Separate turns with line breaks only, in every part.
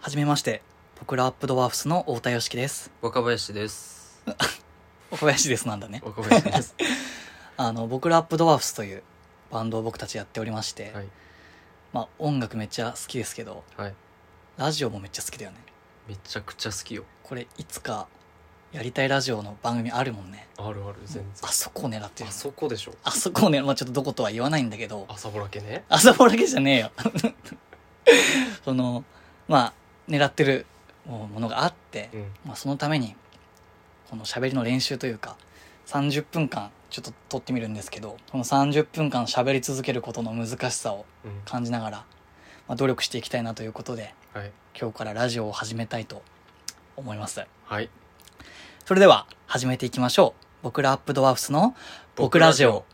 はじめまして、ポクラアップドワーフスの太田よしきです。
若林です。
小林ですなんだね。
若林です。
あの、僕らアップドワーフスというバンドを僕たちやっておりまして、
はい。
まあ音楽めっちゃ好きですけど、
はい。
ラジオもめっちゃ好きだよね。
めちゃくちゃ好きよ。
これいつかやりたいラジオの番組あるもんね。
あるある、全然
あ。そこを狙ってる
あそこでしょ。
あそこをね、まあちょっとどことは言わないんだけど、
朝ぼらけね。
あそこだけじゃねえよ。 その、まあ狙ってるもうものがあって、
うん。
まあ、そのためにこの喋りの練習というか30分間ちょっと撮ってみるんですけどこの30分間喋り続けることの難しさを
うん。
感じながら、まあ、努力していきたいなということで
はい。
今日からラジオを始めたいと思います
はい。
それでは始めていきましょう僕らアップドワーフスの「僕ラジオ」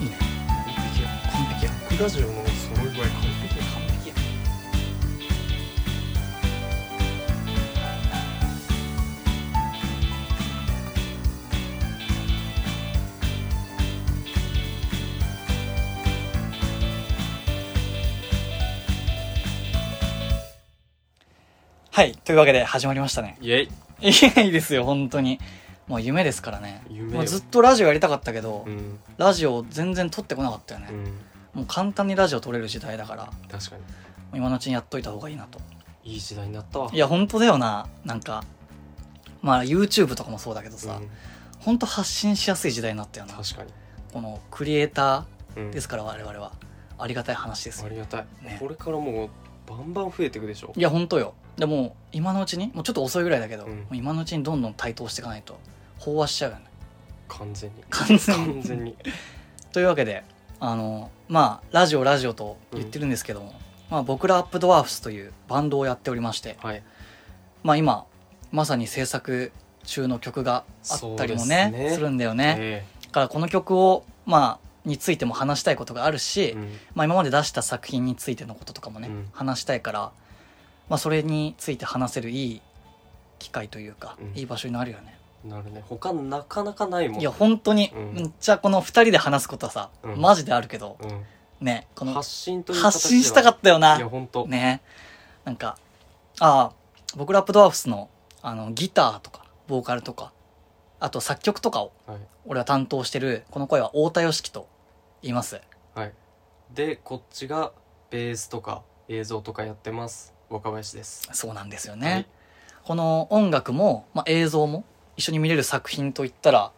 いいね
完璧や。
完璧や
僕ラジオのその具合完璧や。
完璧やはいというわけで始まりましたね
イェイ。
いやいいですよ本当にもう夢ですからね
夢よ
もうずっとラジオやりたかったけど、
うん。
ラジオ全然撮ってこなかったよね
う、ん。
もう簡単にラジオ撮れる時代だから
確かに。
今のうちにやっといた方がいいなと
いい時代になったわ。
いや本当だよななんかまあ YouTube とかもそうだけど
う
さ、
ん
本当発信しやすい時代になったよな
確かに。
このクリエイタ
う
ー
ん
ですから我々はありがたい話です
あ
よ
りがたい
ね。
これからもう、バンバン増えていくでしょ
い。や本当よでも今のうちにもうちょっと遅いぐらいだけど、
うん
もう今のうちにどんどん台頭していかないと飽和しちゃうよね
完全 に。
完全に
完全に。
というわけであのまあラジオラジオと言ってるんですけども、まあ、僕らアップドワーフスというバンドをやっておりまして、
はい。
まあ、今まさに制作中の曲があったりも
そう
ね
ですね
するんだよね、
え
だからこの曲をまあについても話したいことがあるし、
えうん。
まあ、今まで出した作品についてのこととかもね、
うん
話したいから、まあ、それについて話せるいい機会というか、
うん
いい場所になるよね
なるね。他なかなかないもん。
いや本当に、
うん
めっちゃこの2人で話すことはさ、
うん
マジであるけど
うん。
ねこの
発信という
発信したか
っ
ったよ
いや、
な
ほんと。
ねなんかああ僕ラップドワーフスのあのギターとかボーカルとかあと作曲とかを
はい。
俺は担当してるこの声は太田良樹と言います
はい、でこっちがベースとか映像とかやってます若林です
そうなんですよね、この音楽も、まあ、映像も一緒に見れる作品といったら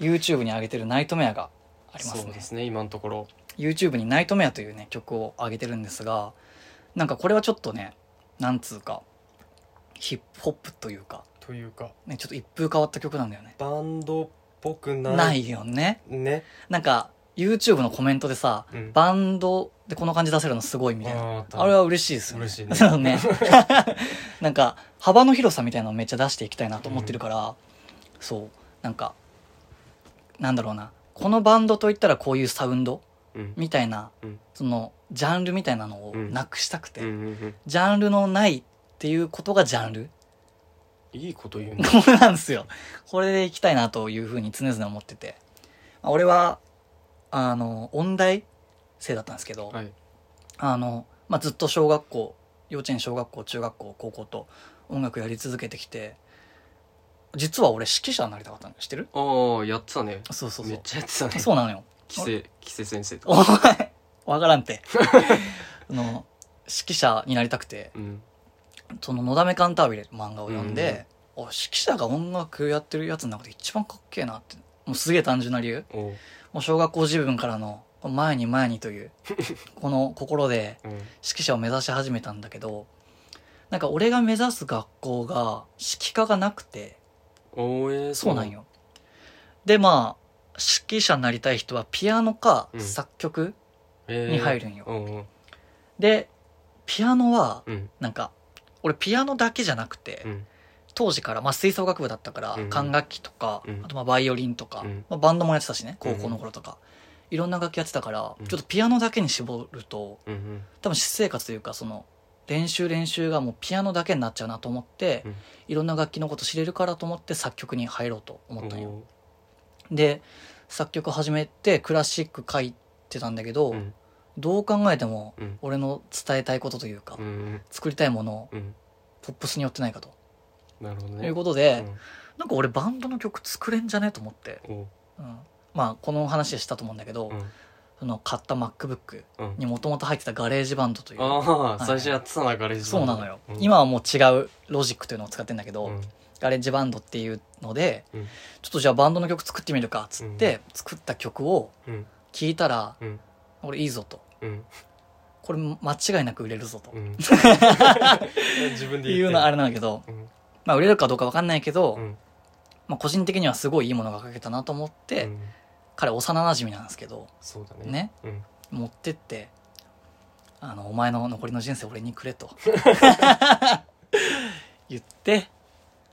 YouTube に上げてる「ナイトメア」があ
はい、
ります
そう
ね
ですね今のところ
YouTube に「ナイトメア」というね曲を上げてるんですがなんかこれはちょっとねなんつうかヒップホップというか、
というか
ね、ちょっと一風変わった曲なんだよね
バンドっぽくない
ないよね
ね、
なんか YouTube のコメントでさ
うん
バンドでこの感じ出せるのすごいみたいな
あー
あれは嬉しいですよね
嬉しいね
そう ねなんか幅の広さみたいなのをめっちゃ出していきたいなと思ってるから、そうなんかなんだろうなこのバンドといったらこういうサウンド
うん
みたいな、
うん
そのジャンルみたいなのを
うん
なくしたくて、
うんうんうん
ジャンルのないっていうことがジャンル
いいこと言う ね
これなんですよこれでいきたいなというふうに常々思っててまあ俺はあの音大生だったんですけど、
はい
あの、まあ、ずっと小学校幼稚園小学校中学校高校と音楽やり続けてきて実は俺指揮者になりたかったの知ってる
ああやってたね
そうそう
め
そ
っちゃやってた
う
ね
そうなのよ
キセキセ先生と
お
か、
前 わからん てあの指揮者になりたくて
うん、
その「のだめカンタービレ」漫画を読んで、お指揮者が音楽やってるやつの中で一番かっけえなってもうすげえ単純な理由
おう、
もう小学校自分からの前に前にと いうこの心で
うん、
指揮者を目指し始めたんだけどなんか俺が目指す学校が指揮科がなくて
おーえー
そうなんよでまあ指揮者になりたい人はピアノか
うん
作曲、
えー
に入るんよ
うんうん
でピアノは
うん
なんか俺ピアノだけじゃなくて、
うん
当時から、まあ、吹奏楽部だったから
うん
管楽器とか、
うん
あとまあバイオリンとか、
うん
まあ、バンドもやってたしね高校の頃とか、いろんな楽器やってたから、
うん
ちょっとピアノだけに絞ると
うんうん
多分私生活というかその練習練習がもうピアノだけになっちゃうなと思って、
うん
いろんな楽器のこと知れるからと思って作曲に入ろうと思ったんよ
お
で作曲始めてクラシック書いてたんだけど、
ーうん
どう考えても
うん
俺の伝えたいことというか、
うん
作りたいものを
うん
ポップスに寄ってないかと、
なるほどね
いうこと
う
で、
ん
なんか俺バンドの曲作れんじゃねと思って、
お
うん、まあこの話したと思うんだけど、
うん
その買った MacBook
うん
にもともと入ってたガレージバンドという
ああ
い
最初やってたなガレージ
そうなのよ、
うん
今はもう違うロジックというのを使ってんだけど、
うん
ガレージバンドっていうので、
うん
ちょっとじゃあバンドの曲作ってみるかっつって、作った曲を
うん
聴いたら
うん
俺いいぞと
うん
これ間違いなく売れるぞと、
うん 自分で
いう
言
のはあ
れ
れなんだけど、
うん
まあ、売れるかどうか分かんないけど、
うん
まあ、個人的にはすごいいいものが書けたなと思って、
うん
彼幼馴染なんですけど
そうだね
ね
うん
持ってってあの「お前の残りの人生俺にくれ」 と言って、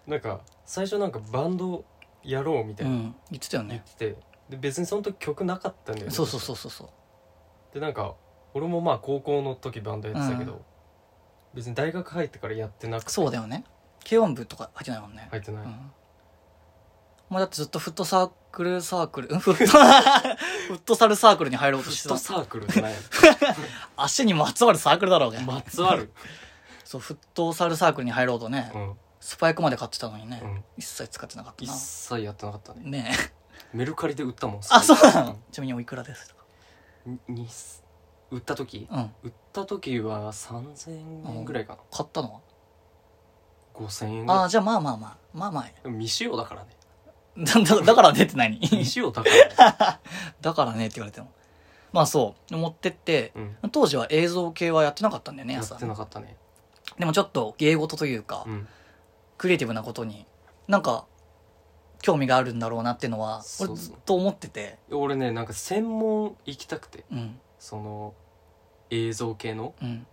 なんか最初なんかバンドやろうみた
う、
いなん
言ってたよ
言っ
ね
ててで別にその時曲なかったんだよね
そうそうそうそうそう
でなんか俺もまあ高校の時バンドやってたけど、
うん
別に大学入ってからやってなくて
そうだよね軽音部とか入ってないもんね、
入ってない、
うんまあ、だってずっとフットサークルサークルうん フットフットサルサークルに入ろう
フ
とし
ッ
て
ト
た
サークルじゃない
足にまつわるサークルだろうが、
まつわる、
そうフットサルサークルに入ろうとね、
うん
スパイクまで買ってたのにね、
うん
一切使ってなかった
一
な
切やってなかったね
ねえ
メルカリで売ったもん
あそうなのちなみにおいくらですとか
うんに売った時
うん
売った時は3000円ぐらいか
買ったの
な5000円ぐ
はあ
ら
あじゃあまあまあまあまあまあ
いでも未使用だからね
だだだからねって何
未使用だか らね、
だからねって言われてもまあそう持ってって
うん、
当時は映像系はやってなかったんだよね
や
朝
ってなかったね
でもちょっと芸事というか、
うん
クリエイティブなことになんか興味があるんだろうなっていうのは
そう
俺
そう
ずっと思ってて
俺ねなんか専門行きたくて
うん
その映像系の
うん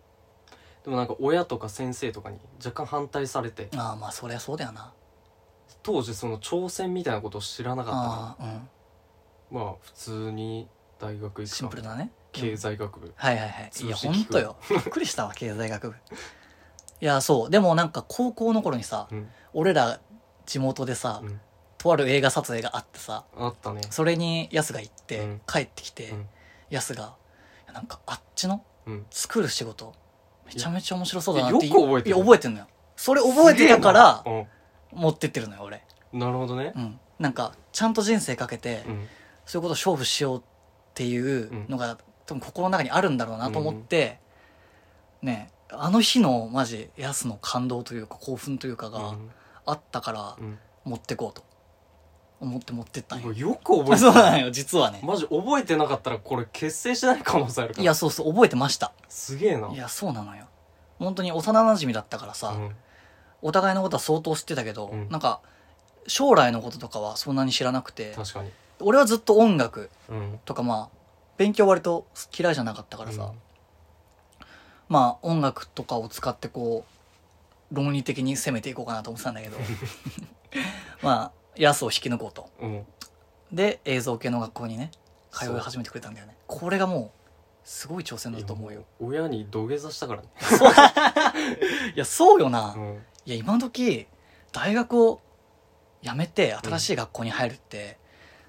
でもなんか親とか先生とかに若干反対されて
ああまあそりゃそうだよな
当時その挑戦みたいなことを知らなかったから
ああうん
まあ普通に大学
シン
行
プル
くか
だね
経済学部
はいはいはい。いや、
通信
ほん
機
と
具
よ。びっくりしたわ、経済学部。いや、そう。でもなんか高校の頃にさ、
うん、
俺ら地元でさ、
うん
とある映画撮影があってさ、
あったね
それにヤスが行って、
うん
帰ってきて
うん、
ヤスが、いやなんかあっちの
うん
作る仕事、めちゃめちゃ面白そうだなって。
いやよく覚えてる
いや、覚えてんのよ。それ覚えてたから
す、げえ
持ってってるのよ、俺。
なうんなるほどね
うん。なんか、ちゃんと人生かけて、
うん
そういうことを勝負しようっていうのが、多分心の中にあるんだろうなと思って、ねあの日のマジやすの感動というか興奮というかがあったから
うん
持ってこうと思って持ってったん
う
よ
ん、よく覚えて
そうな
た
んよ実はね
マジ覚えてなかったらこれ結成してない可能性あるから
いやそうそう覚えてました
すげえない
やそうなのよ本当に幼馴染だったからさ、
うん
お互いのことは相当知ってたけど、
うん
なんか将来のこととかはそんなに知らなくて
確かに
俺はずっと音楽
うん
とかまあ勉強割と嫌いじゃなかったからさ、まあ音楽とかを使ってこう論理的に攻めていこうかなと思ってたんだけど まあヤスを引き抜こうと
うんうん
で映像系の学校にね通い
そう
始めてくれたんだよねこれがもうすごい挑戦だと思うよ
いやも親に土下座したからね、
いやそうよな、
う
い
ん、
や今時大学を辞めて新しい学校に入るって、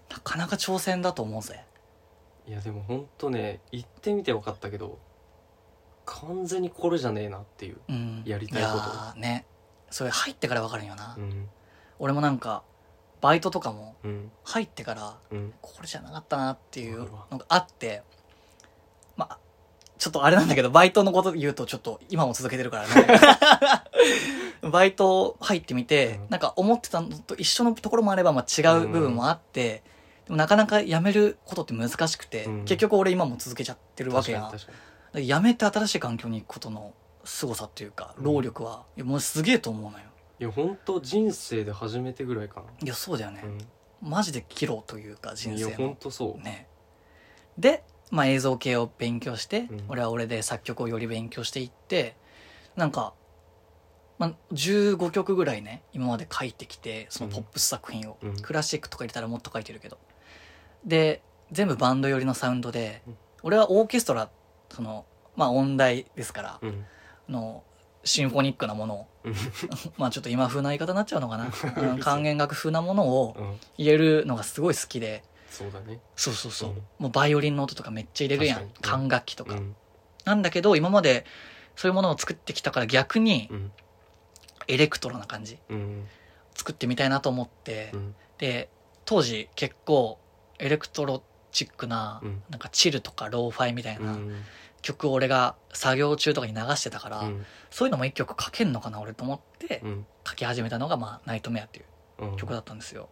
なかなか挑戦だと思うぜ
いやでもほんとね行ってみて分かったけど完全にこれじゃねえなっていう、
うん
やりたいこと
やーねそれ入ってから分かるんよな、
うん
俺もなんかバイトとかも
うん
入ってから
うん、
これじゃなかったなっていうのがあってまあちょっとあれなんだけどバイトのこと言うとちょっと今も続けてるから ねバイト入ってみて、
うん
なんか思ってたのと一緒のところもあれば、まあ、違う部分もあって、でもなかなか辞めることって難しくて、
うん
結局俺今も続けちゃってるわけ
確か
や
に確かに
だから辞めて新しい環境に行くことの凄さっていうか
うん
労力は、いやもうすげえと思うのよ
いやほんと人生で初めてぐらいか
いやそうだよね
な、、うん、
マジで切ろうというか人
い
生
や
の
ほんとそう、
ねで、まあ、映像系を勉強して、
うん
俺は俺で作曲をより勉強していってなんか、まあ、15曲ぐらいね今まで書いてきてそのポップス作品を、
うん
クラシックとか入れたらもっと書いてるけどで全部バンド寄りのサウンドで、
うん
俺はオーケストラその、まあ、音大ですから、
うん
のシンフォニックなものを
うん
まあちょっ と今風な言い方になっちゃうのかな
うるせえ
うん管弦楽風なものを
うん
入れるのがすごい好きで
そうだね
そうそうそう、
うん
もうバイオリンの音とかめっちゃ入れるやん
確かに
管楽器とか、
うん
なんだけど今までそういうものを作ってきたから逆に
うん
エレクトロな感じ
うん
作ってみたいなと思って、
うん
で当時結構エレクトロチックな,、
うん
なんかチルとかローファイみたい
うん
な曲を俺が作業中とかに流してたから、
うん
そういうのも一曲書けんのかな俺と思って
うん
書き始めたのが、まあ「ナイトメア」っていう
うん
曲だったんですよ。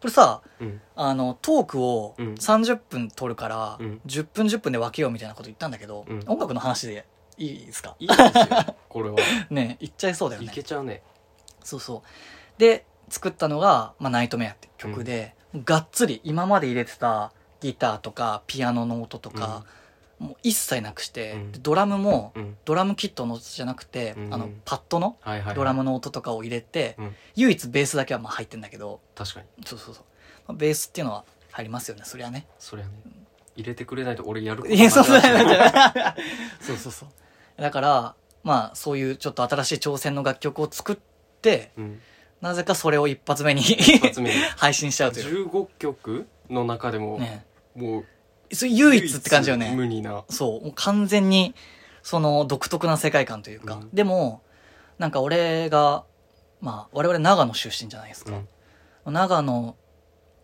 これさ
うん
あのトークを
うん
30分撮るから、
うん
10分10分で分けようみたいなこと言ったんだけど、
うん
音楽の話でいいですか
い いですよこれは
ね言っちゃいそうだよ
い
ね
けちゃうね
そうそうで作ったのが「まあ、ナイトメア」って曲で、がっつり今まで入れてたギターとかピアノの音とか、もう一切なくして、
うん
でドラムも
うん
ドラムキットの音じゃなくて、
うん
あのパッドの
はいはいはい
ドラムの音とかを入れて、
うん
唯一ベースだけはまあ入ってんだけど
確かに
そうそうそう、まあ、ベースっていうのは入りますよねそりゃね
そりゃね入れてくれないと俺やること
いや、そうそう
なくなっちゃ
そうそうそう。だから、まあ、そういうちょっと新しい挑戦の楽曲を作って、
うん
なぜかそれを一発目に
一発目
配信しちゃうという。
15曲の中でも
ね。
もう
それ唯一って感じよね。
無二な
そう。もう完全に、その独特な世界観というか。
うん
でも、なんか俺が、まあ、我々長野出身じゃないです
う
か。
ん
長野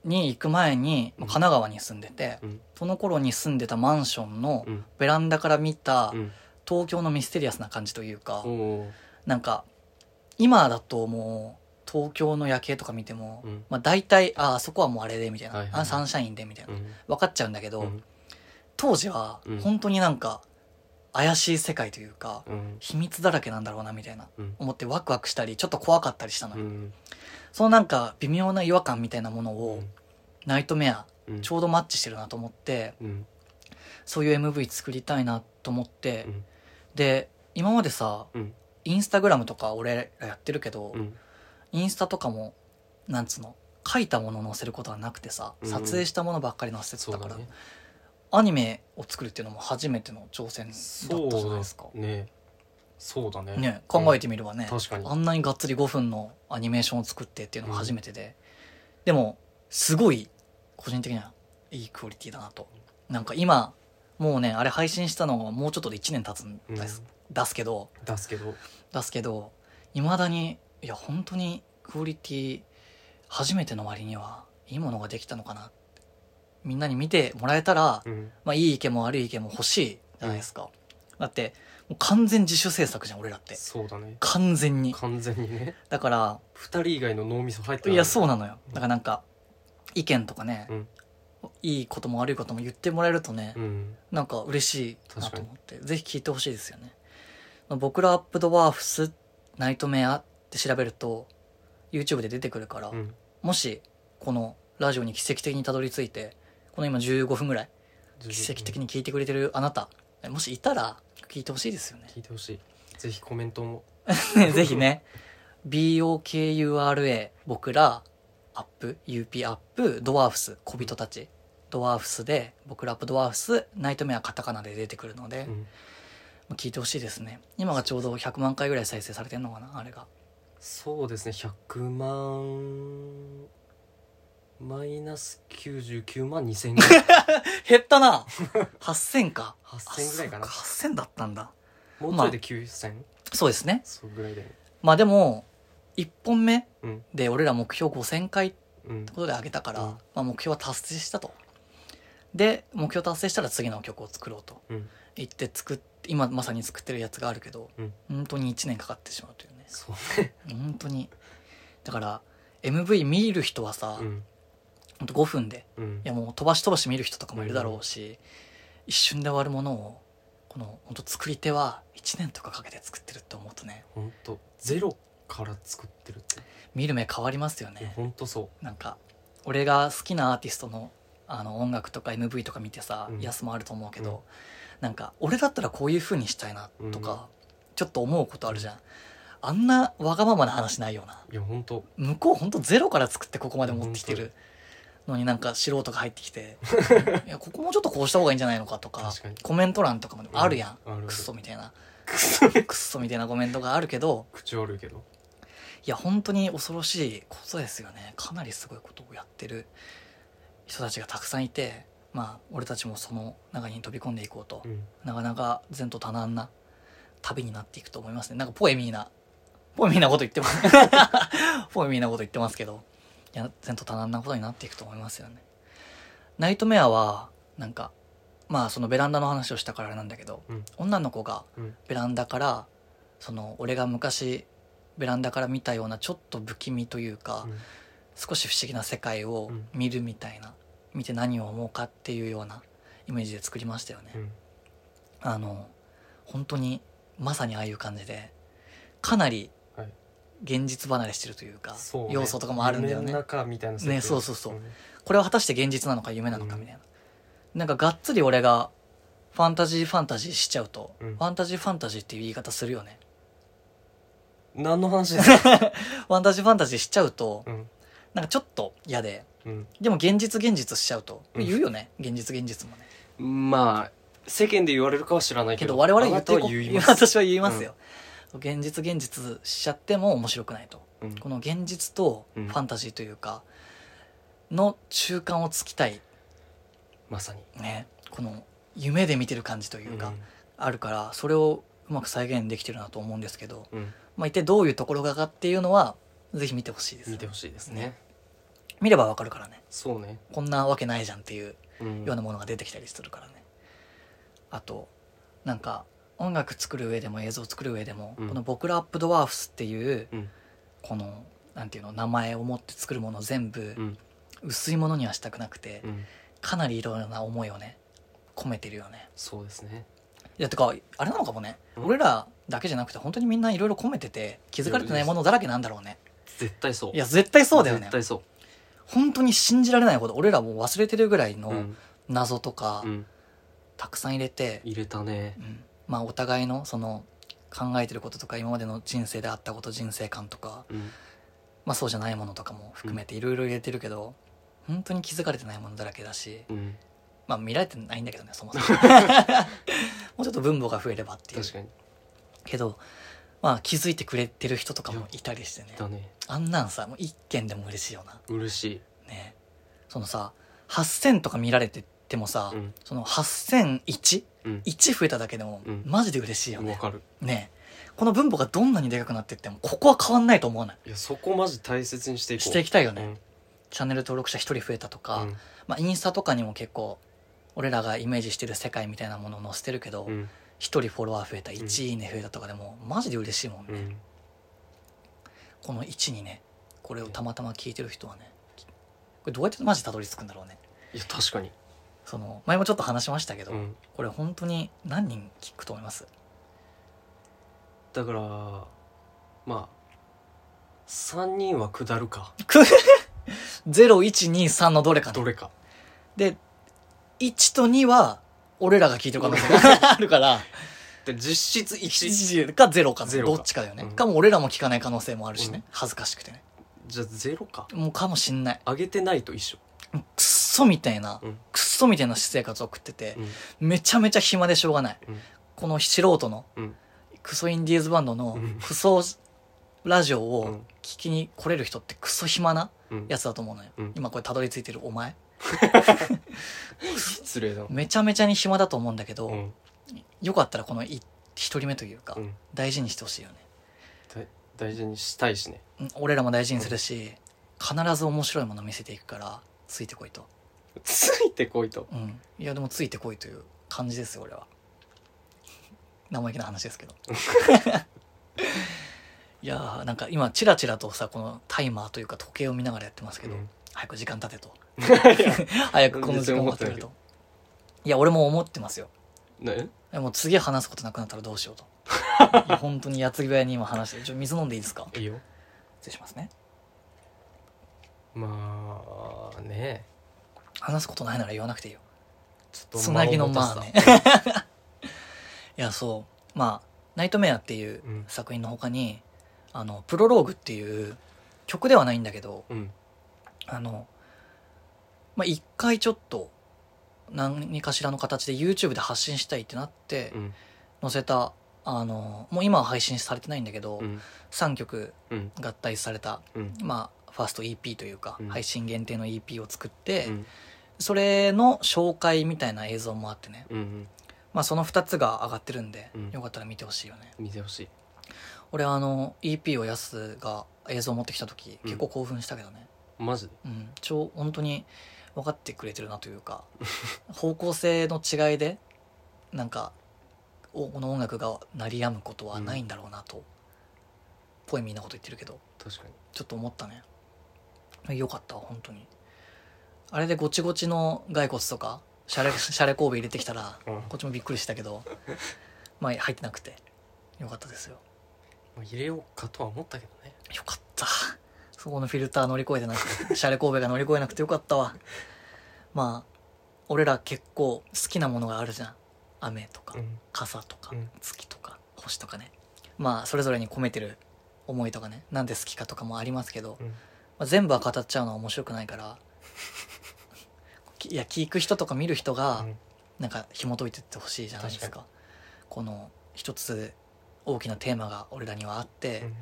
に行く前に、まあ神奈川に住んでて、
うん
その頃に住んでたマンションの
うん
ベランダから見た、
うん
東京のミステリアスな感じというか、
おー
なんか今だともう東京の夜景とか見ても、
うん
まあ、大体ああそこはもうあれでみたいな、
はいはいはい
あサンシャインでみたいな、
うん
分かっちゃうんだけど、
うん
当時は
うん
本当になんか怪しい世界というか、
うん
秘密だらけなんだろうなみたいな
うん
思ってワクワクしたりちょっと怖かったりしたの、
うん
そのなんか微妙な違和感みたいなものを、ナイトメア
うん
ちょうどマッチしてるなと思って、
うん
そういう MV 作りたいなと思って、
うん
で今までさ、
うん
インスタグラムとか俺らやってるけど、
うん
インスタとかもなんつうの書いたもの載せることはなくてさ
うん
撮影したものばっかり載せて
そ
た
う
から、
だね
アニメを作るっていうのも初めての挑戦だったじゃないですか
そうだねそうだね
ね考えてみればね、
確かに
あんなにがっつり5分のアニメーションを作ってっていうのが初めてで、でもすごい個人的にはいいクオリティだなとなんか今もうねあれ配信したのはもうちょっとで1年経つんです、出すけど
出すけど
出すけどいまだにいや本当にクオリティ初めての割にはいいものができたのかなみんなに見てもらえたら、
うん
まあ、いい意見も悪い意見も欲しいじゃないですか、だってもう完全自主制作じゃん俺らって
そうだね
完全に
完全にね
だから
二人以外の脳みそ入って
いやそうなのよ
うん
だからなんか意見とかね、
うん
いいことも悪いことも言ってもらえるとね、
うん
なんか嬉しいなと思ってぜひ聞いてほしいですよねまあ僕らアップドワーフスナイトメアって調べると YouTube で出てくるから、
うん
もしこのラジオに奇跡的にたどり着いてこの今15分ぐらい奇跡的に聞いてくれてるあなたもしいたら聞いてほしいですよね
聞いてほしいぜひコメントも
ぜひね BOKURA 僕らアップ UP アップドワーフス小人たちドワーフスで僕らアップドワーフスナイトメアカタカナで出てくるので、
うん
まあ聞いてほしいですね今がちょうど100万回ぐらい再生されてるのかなあれが
そうですね100万マイナス99万2000ぐら い
減った な8000か
8000ぐらいかな
あそう8000だったんだ
もうちょいで9000
そうですね
そうぐらいで
まあでも1本目
うん
で俺ら目標5000回って
うん
ことで上げたから、
うん
まあ、目標は達成したとで目標達成したら次の曲を作ろうと
うん
行って作って今まさに作ってるやつがあるけど、
うん
本当に1年かかってしまうというね
そうね
本当にだから MV 見る人はさ、
うん
ほんと5分で
うん
いやもう飛ばし飛ばし見る人とかもいるだろうし、一瞬で終わるものをこの本当作り手は1年とかかけて作ってるって思うとね
本当ゼロから作ってるって
見る目変わりますよ
いや
ね
本当そ
なんか俺が好きなアーティストのあの音楽とか MV とか見てさ、
うん
安もあると思うけど、なんか俺だったらこういう風にしたいなと
うん
か、ちょっと思うことあるじゃん、あんなわがままな話ないよな
ういや本当
向こうほんとゼロから作ってここまで持ってきてるのになんか素人が入ってきていやここもちょっとこうした方がいいんじゃないのかとか
確かに
コメント欄とかもあるやん、
うんあるある
クソみたいなクソみたいなコメントがあるけど
口悪いけど
いや本当に恐ろしいことですよねかなりすごいことをやってる人たちがたくさんいてまあ俺たちもその中に飛び込んでいこうと、
うん
なかなか前途多難な旅になっていくと思いますねなんかポエミーなポエミーなこと言ってますポエミーなこと言ってますけどいや前途多難なことになっていくと思いますよねナイトメアはなんかまあそのベランダの話をしたからあれなんだけど、
うん
女の子が
うん
ベランダからその俺が昔ベランダから見たようなちょっと不気味というか、
うん
少し不思議な世界を
うん
見るみたいな、見て何を思うかっていうようなイメージで作りましたよね、
うん
あの本当にまさにああいう感じでかなり
はい
現実離れしてるというか、
そうね
要素とかもあるんだよ
夢
ね
の中みたいな設定
ねそうそうそう
うん
これは果たして現実なのか夢なのか
うん
みたいな、なんかがっつり俺がファンタジーファンタジーしちゃうと、
うん
ファンタジーファンタジーっていう言い方するよね
何の話ですか
ファンタジーファンタジーしち ゃうと
うん
なんかちょっと嫌で
うん
でも現実現実しちゃうと
うん
言うよね、現実現実もね
まあ世間で言われるかは知らないけ
け
ど
ど我々は言って
あ
い
なた
こう
は言います、
私は言いますよ、現実現実しちゃっても面白くないと
うん
この現実とファンタジーというか、の中間をつきたい
まさに
ねこの夢で見てる感じというか、あるからそれをうまく再現できてるなと思うんですけど、
うんうん
まあ、一体どういうところがかっていうのはぜひ見てほしいです
見てほしいですね
見ればわかるからね
そうね
こんなわけないじゃんっていう
うん
ようなものが出てきたりするからね、あとなんか音楽作る上でも映像作る上でも、
うん
この「僕らアップドワーフス」っていう、
うん
このなんていうの名前を持って作るもの全部
うん
薄いものにはしたくなくて、
うん
かなりいろいろな思いをね込めてるよね
そうですね
いやてかあれなのかもね、
うん
俺らだけじゃなくて本当にみんないろいろ込めてて気づかれてないものだらけなんだろうね
絶対そう
いや絶対そうだよね
絶対そ
本当に信じられないほど俺らもう忘れてるぐらいう
う
の
ん
謎とか、
うん
たくさん入れて、
入れたね
うんまあお互いのその考えてることとか今までの人生であったこと人生観とか、
うん
まあ、そうじゃないものとかも含めていろいろ入れてるけど、本当に気づかれてないものだらけだし
うん
まあ見られてないんだけどねそもそ ももうちょっと分母が増えればっていう
確かに
けどまあ気づいてくれてる人とかもいたりしてね
だね
あんなんさもう一件でも嬉しいよな
嬉しい
ねそのさ8000とか見られててもさ、
うん
その 8001?1
うん
増えただけでも、
うん
マジで嬉しいよ
わ
ね
かる
ねこの分母がどんなにでかくなってってもここは変わんないと思わない
いやそこマジ大切にしていこう
していきたいよね、
うん
チャンネル登録者1人増えたとか、
うん
まあ、インスタとかにも結構俺らがイメージしてる世界みたいなものを載せてるけど、
うん
1人フォロワー増えた1いいね増えたとかでもマジで嬉しいもんね、
うん
この位置にねこれをたまたま聞いてる人はねこれどうやってマジたどり着くんだろうね
いや確かに
その前もちょっと話しましたけど、
うん
これ本当に何人聞くと思います
だからまあ3人は下るか
?0123 のどれか
ど
ね
れか
で1と2は俺らが聞いてる可能性が あるから
で実質1
1か0か
ゼロ
ど
か
っちかだよね、
うん
かも俺らも聞かない可能性もあるしね、
うん
恥ずかしくてね
じゃあ0か
もうかもしんない
上げてないと一緒
クソみたいな、
うん
クソみたいな私生活を送ってて
う、ん
めちゃめちゃ暇でしょうがない
うん
この素人の
うん
クソインディーズバンドの
うん
クソラジオ
う
を
ん
聞きに来れる人ってクソ暇な
うん
やつだと思うのよ、
うん
今これたどり着いてるお前
失礼だな
めちゃめちゃに暇だと思うんだけど、
うん
よかったらこのい一人目というか、
うん
大事にしてほしいよね
大大事にしたいしね
うん俺らも大事にするし、必ず面白いもの見せていくからついてこいと
ついてこいと
うんいやでもついてこいという感じですよ俺は生意気な話ですけ どいやーなんか今チラチラとさこのタイマーというか時計を見ながらやってますけど、
うん
早く時間経てと
いや
早くこの時間終わってくれ
全然思ってないけ
と
ど
いや俺も思ってますよ
ね
でも次話すことなくなったらどうし ようといや本当に矢継ぎ早に今話してるちょ水飲んでいいですか
いいよ
失礼しますね
まあね
話すことないなら言わなくていいよ
ちょっと
つなぎのまあね いやそうまあ「ナイトメア」っていう
うん
作品の他に「あのプロローグ」っていう曲ではないんだけど
うん
あの、まあ、一回ちょっと何かしらの形で YouTube で発信したいってなって
うん
載せたあのもう今は配信されてないんだけど、
うん
3曲
うん
合体された、
うん
まあ、ファースト EP というか、
うん
配信限定の EP を作って、
うん
それの紹介みたいな映像もあってね、
うんうん
まあ、その2つが上がってるんで、
うん
よかったら見てほしいよね
見てほしい
俺あの EP をやすが映像持ってきた時
うん
結構興奮したけどね
マジで
うん、超本当に分かってくれてるなという か方向性の違いでなんかおこの音楽が鳴りやむことはないんだろうなと、ポエミーなこと言ってるけど
確か
ちょっと思ったねよかったわ本当にあれでごちごちの骸骨とかシャレ シャレ神戸入れてきたら
に、うん、も
こっちもびっくりしたけ どまあ入ってなくてよかったですよ
う入れようかとは思ったけどね
よかったそこのフィルター乗り越えてなくてシャレ神戸が乗り越えなくてよかったわまあ俺ら結構好きなものがあるじゃん雨とか
うん
傘とか
うん
月とか星とかねまあそれぞれに込めてる思いとかねなんで好きかとかもありますけど、
うん
まあ、全部は語っちゃうのは面白くないから きいや聞く人とか見る人が
うん
なんか紐解いてってほしいじゃないですか
確
この一つ大きなテーマが俺らにはあって、
うん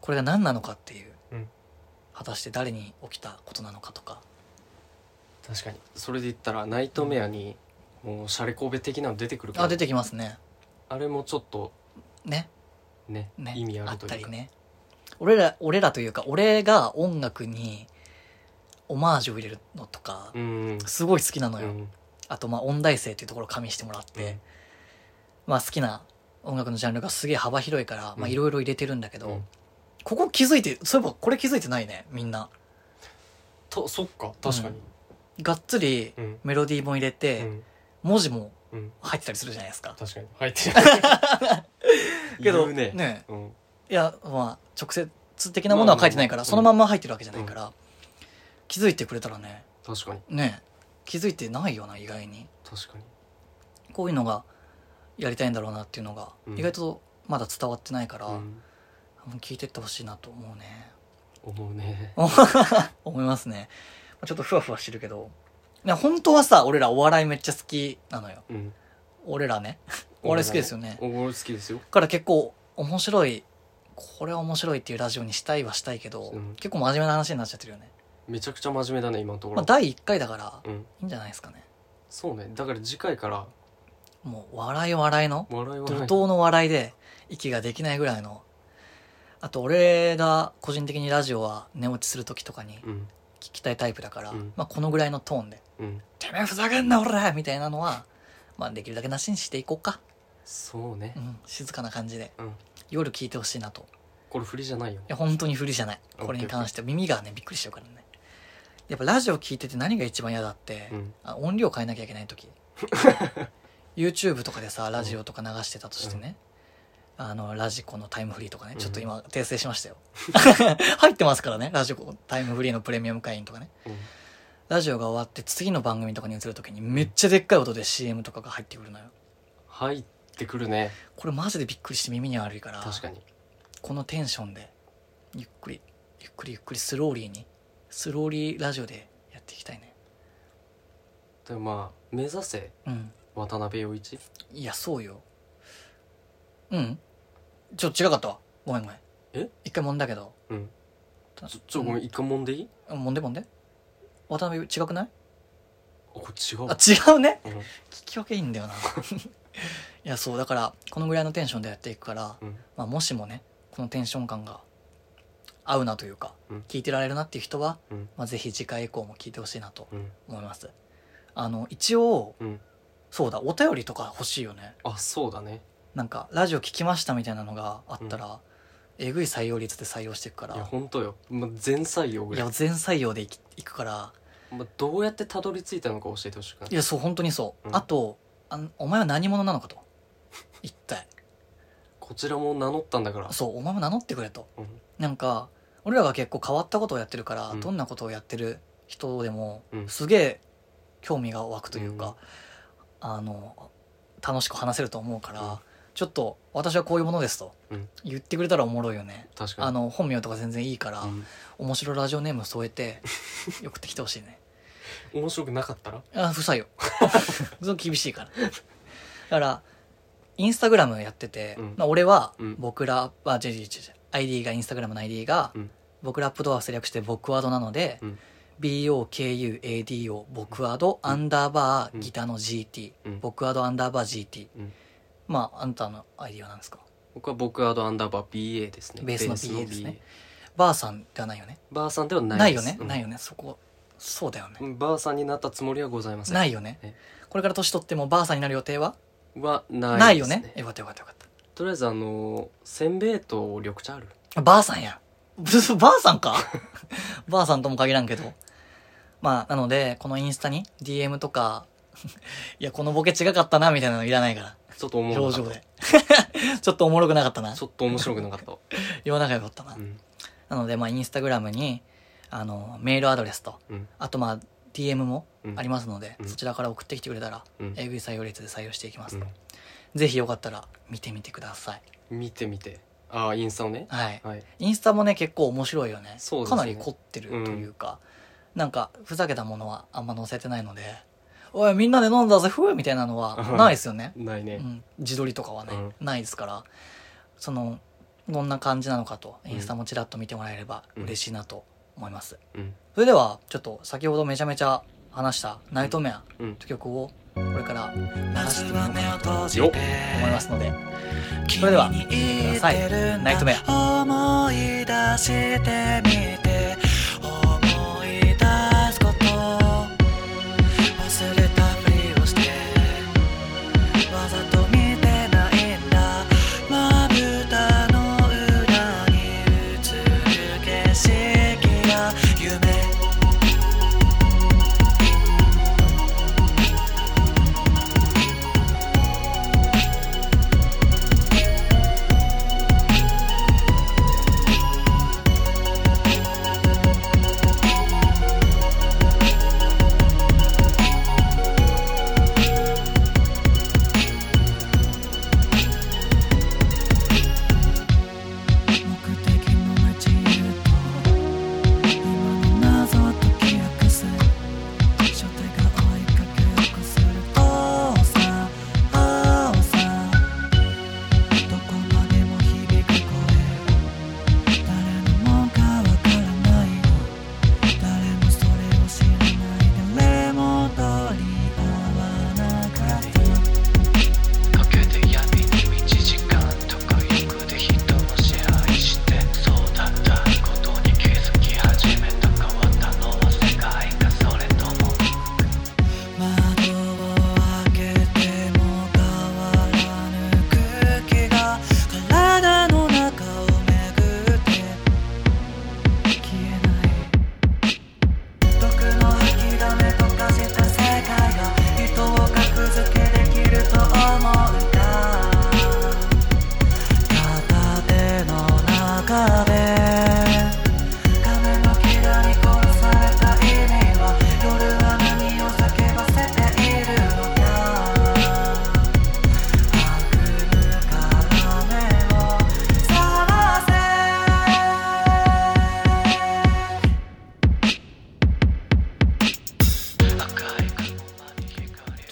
これが何なのかっていう、
うん
果たして誰に起きたことなのかとか
確かにそれで言ったらナイトメアにもうシャレ神戸的なの出てくるから
あ出てきますね
あれもちょっと
ね
ね
ね
意味あると
った
いう
り
か、
ね俺ら俺らというか俺が音楽にオマージュを入れるのとか、
うんうん
すごい好きなの
う
よ、
ん
あとまあ音大生っていうところを加味してもらって、まあ好きな音楽のジャンルがすげえ幅広いからま
う
あ
ん
いろいろ入れてるんだけど、
うん
ここ気づいてそういえばこれ気づいてないねみんな
とそっか確かに
がっつり
うん
メロディーも入れ
う
て、
ん
文字も
うん
入ってたりするじゃないですか、
確かに入ってる
けど
言うね
ね
うん
いやまあ直接的なものは書いてないから、
まあまあまあ
そのまんま入ってるわけじゃないから、気づいてくれたらね
確かに
ね気づいてないよな意外に
確かに
こういうのがやりたいんだろうなっていうのが、
うん
意外とまだ伝わってないから、
うん
聞いてってほしいなと思うね
思うね
思いますねまあちょっとふわふわしてるけどいや本当はさ俺らお笑いめっちゃ好きなのよ
うん
俺らねお笑い好きですよね
お笑い好きですよ
だから結構面白いこれは面白いっていうラジオにしたいはしたいけど、
うん
結構真面目な話になっちゃってるよね、
めちゃくちゃ真面目だね今のとこ
まあ、
ろ
第1回だから
うん
いいんじゃないですかね
そうねだから次回から
もう笑い笑いの
笑いは
怒
ない
涛の笑いで息ができないぐらいのあと俺が個人的にラジオは寝落ちする時とかに
うん
聞きたいタイプだから、
うん
まあ、このぐらいのトーンで
うん
「てめえふざけんな俺ら!」みたいなのは、まあ、できるだけなしにしていこうか、
そうね
うん、静かな感じで
うん
夜聞いてほしいなと
これ振りじゃない
い
よね
や本当に不利じゃない
オッケー
これに関して耳がねびっくりしちゃうからねやっぱラジオ聞いてて何が一番嫌だって、
うん
あ音量変えなきゃいけない 時 YouTube とかでさラジオとか流してたとしてね、あのラジコのタイムフリーとかね、
うん
ちょっと今訂正しましたよ 入ってますからねラジコタイムフリーのプレミアム会員とかね
うん
ラジオが終わって次の番組とかに移る時にめっちゃでっかい音で CM とかが入ってくるのよ
入ってくるね
これマジでびっくりして耳に悪いから
確かに
このテンションでゆっくりゆっくりゆっくりスローリーにスローリーラジオでやっていきたいね
でもまあ目指せ
うん
渡辺陽一
いやそうようんちょっと違かったわごめんごめん
え
一回揉んだけど
うんちょちょごめん一回もんでいい
うん揉んで揉んで渡辺違くない
あこれ違う
あ違うね
うん
聞き分けいいんだよな いやそうだからこのぐらいのテンションでやっていくから、
うん
まあ、もしもねこのテンション感が合うなというか、
うん
聞いてられるなっていう人は、
うん
まあ、ぜひ次回以降も聞いてほしいなと
うん
思いますあの一応
うん
そうだお便りとか欲しいよね
あそうだね
なんかラジオ聞きましたみたいなのがあったら、えぐい採用率で採用していくから
いや本当よ、まあ、全採用ぐ
い
らい
や全採用でいきいくから
まあ、どうやってたどり着いたのか教えてほしくない
いやそう本当にそう、
うん
あとあのお前は何者なのかと一体
こちらも名乗ったんだから
そうお前も名乗ってくれと
うん
なんか俺らが結構変わったことをやってるから、
うん
どんなことをやってる人でも、
うん
すげえ興味が湧くというか、あの楽しく話せると思うから、
うん
ちょっと私はこういうものですと
うん
言ってくれたらおもろいよね、
確
あ
かに
の本名とか全然いいから、
うん
面白ラジオネーム添え て送ってきてほしいね
面白くなかったら
あ不採用 それ厳しいからだからインスタグラムやってて、
うん
まあ、俺は
うん
僕らは、違う違う違う違う ID がインスタグラムの ID が、
うん
僕らアップドアをセレクトして僕ワードなので、
うん
BOKUADO 僕アドアンダーバーギターの GT
うん
僕アドアンダーバー GT
うん
まああんたのアイディアなんですか
僕は僕アドアンダーバー BA ですね
ベースの BA ですねバーさんではないよね
バーさんでは
ない
ないで
よ
す
ね、
うん
ないよねそこそうだよね、
うんバーさんになったつもりはございません
ないよね
え
これから年取ってもバーさんになる予定は
はない
ないよ
です
ねえよかったよかったよかっ
とりあえずあのーせんべいと緑茶ある
たばあさんや バーさんか ばあさんとも限らんけどまあなのでこのインスタに DM とか いやこのボケ違かったなみたいなのいらないから
ちょっと思う
表情で ちょっとおもろくなかったな
ちょっと面白くなかったわ、
言わなきゃよかったな、
うん
なのでまあインスタグラムにあのメールアドレスと
うん
あとまあ DM も
うん
ありますので、
うん
そちらから送ってきてくれたら、
うん
えぐい採用率で採用していきます、
う
ぜひよかったら見てみてください。
ん見て見てああインスタをね
はい。
はい
インスタもね、結構面白いよね。
そうです
か
ね
なり凝ってるというか、なんか、ふざけたものはあんま載せてないので、おい、みんなで飲んだぜ、ふうみたいなのは
うん
ないですよね。
ないうね
ん。自撮りとかはね、
う
ないですから、その、どんな感じなのかと、インスタもちらっと見てもらえれば嬉しいなと思います。
うん
それでは、ちょっと先ほどめちゃめちゃ話した、ナイトメア
うん
という曲を、これから流していこうかなと
よっ
思いますので、
それでは聴いてください「ナイトメア」思い出してみて思い出すこと忘れたふりをしてわざと見てないんだまぶたの裏に映る景色が夢目的の街へと今の謎を解き明かす初手が追いかけよくするとさあさどこまでも響く声誰のもんかわからない誰もそれを知らない誰も取り合わなかったかけて闇に道時間とか欲で人を支配してそうだったことに気づき始めた変わったのは世界かそれとも窓を開けても変わらぬ空気が体の中を巡って消えない毒の吐きだめとかした世界が人を格付けできると思うんだ片手の中で亀のキラに殺された意味は夜は何を叫ばせているのか悪夢から目を覚ませ赤い雲に光る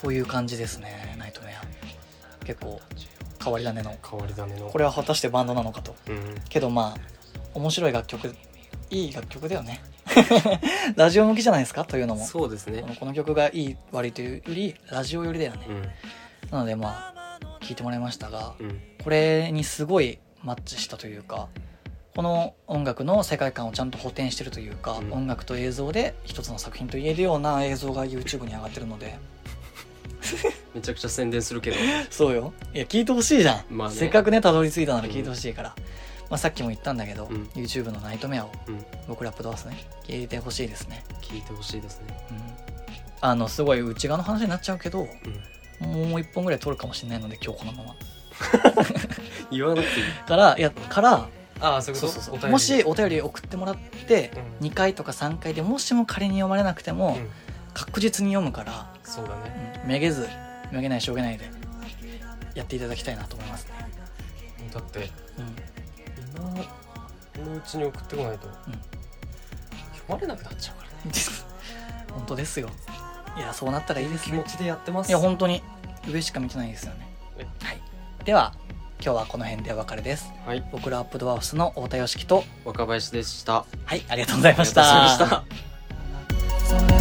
という感じですねナイトメア結構変わり種の
変わり種の
これは果たしてバンドなのかと
うん
けどまあ面白い楽曲いい楽曲だよね ラジオ向きじゃないですかというのも
そうですね
このこの曲がいい割というよりラジオ寄りだよね
うん
なのでまあ聞いてもらいましたが
うん
これにすごいマッチしたというかこの音楽の世界観をちゃんと補填してるというか、
うん
音楽と映像で一つの作品と言えるような映像が YouTube に上がってるので
めちゃくちゃ宣伝するけど
そうよ。いや、聞いてほしいじゃん。
まあね
せっかくね、たどり着いたなら聞いてほしいから。まあ、さっきも言ったんだけど、
うん
YouTube のナイトメアを
うん
僕らップドアスね、聞いてほしいですね。
聞いてほしいですね
うん。あの、すごい内側の話になっちゃうけど、
うん
もう一本ぐらい撮るかもしれないので、今日このまま。
言わなくていい
から、いや、から、
ああそう
そうそうそう。もしお便り送ってもらって、
うん
2回とか3回でもしも仮に読まれなくても、
うん
確実に読むから、
そうだね
うんめげず、めげない、しょうげないで、やっていただきたいなと思いますね。
だって
うん。
今のうちに送ってこないと、読まれなくなっちゃうからね
本当ですよいやそうなったらいいです
気持
ね
ちでやってます
いや本当に上しか見てないですよね
え
はいでは今日はこの辺でお別れです
はい
僕らアップドアハウスの太田良樹と
若林でした
はいありがとうございまし
ありがとうございましたた
「それ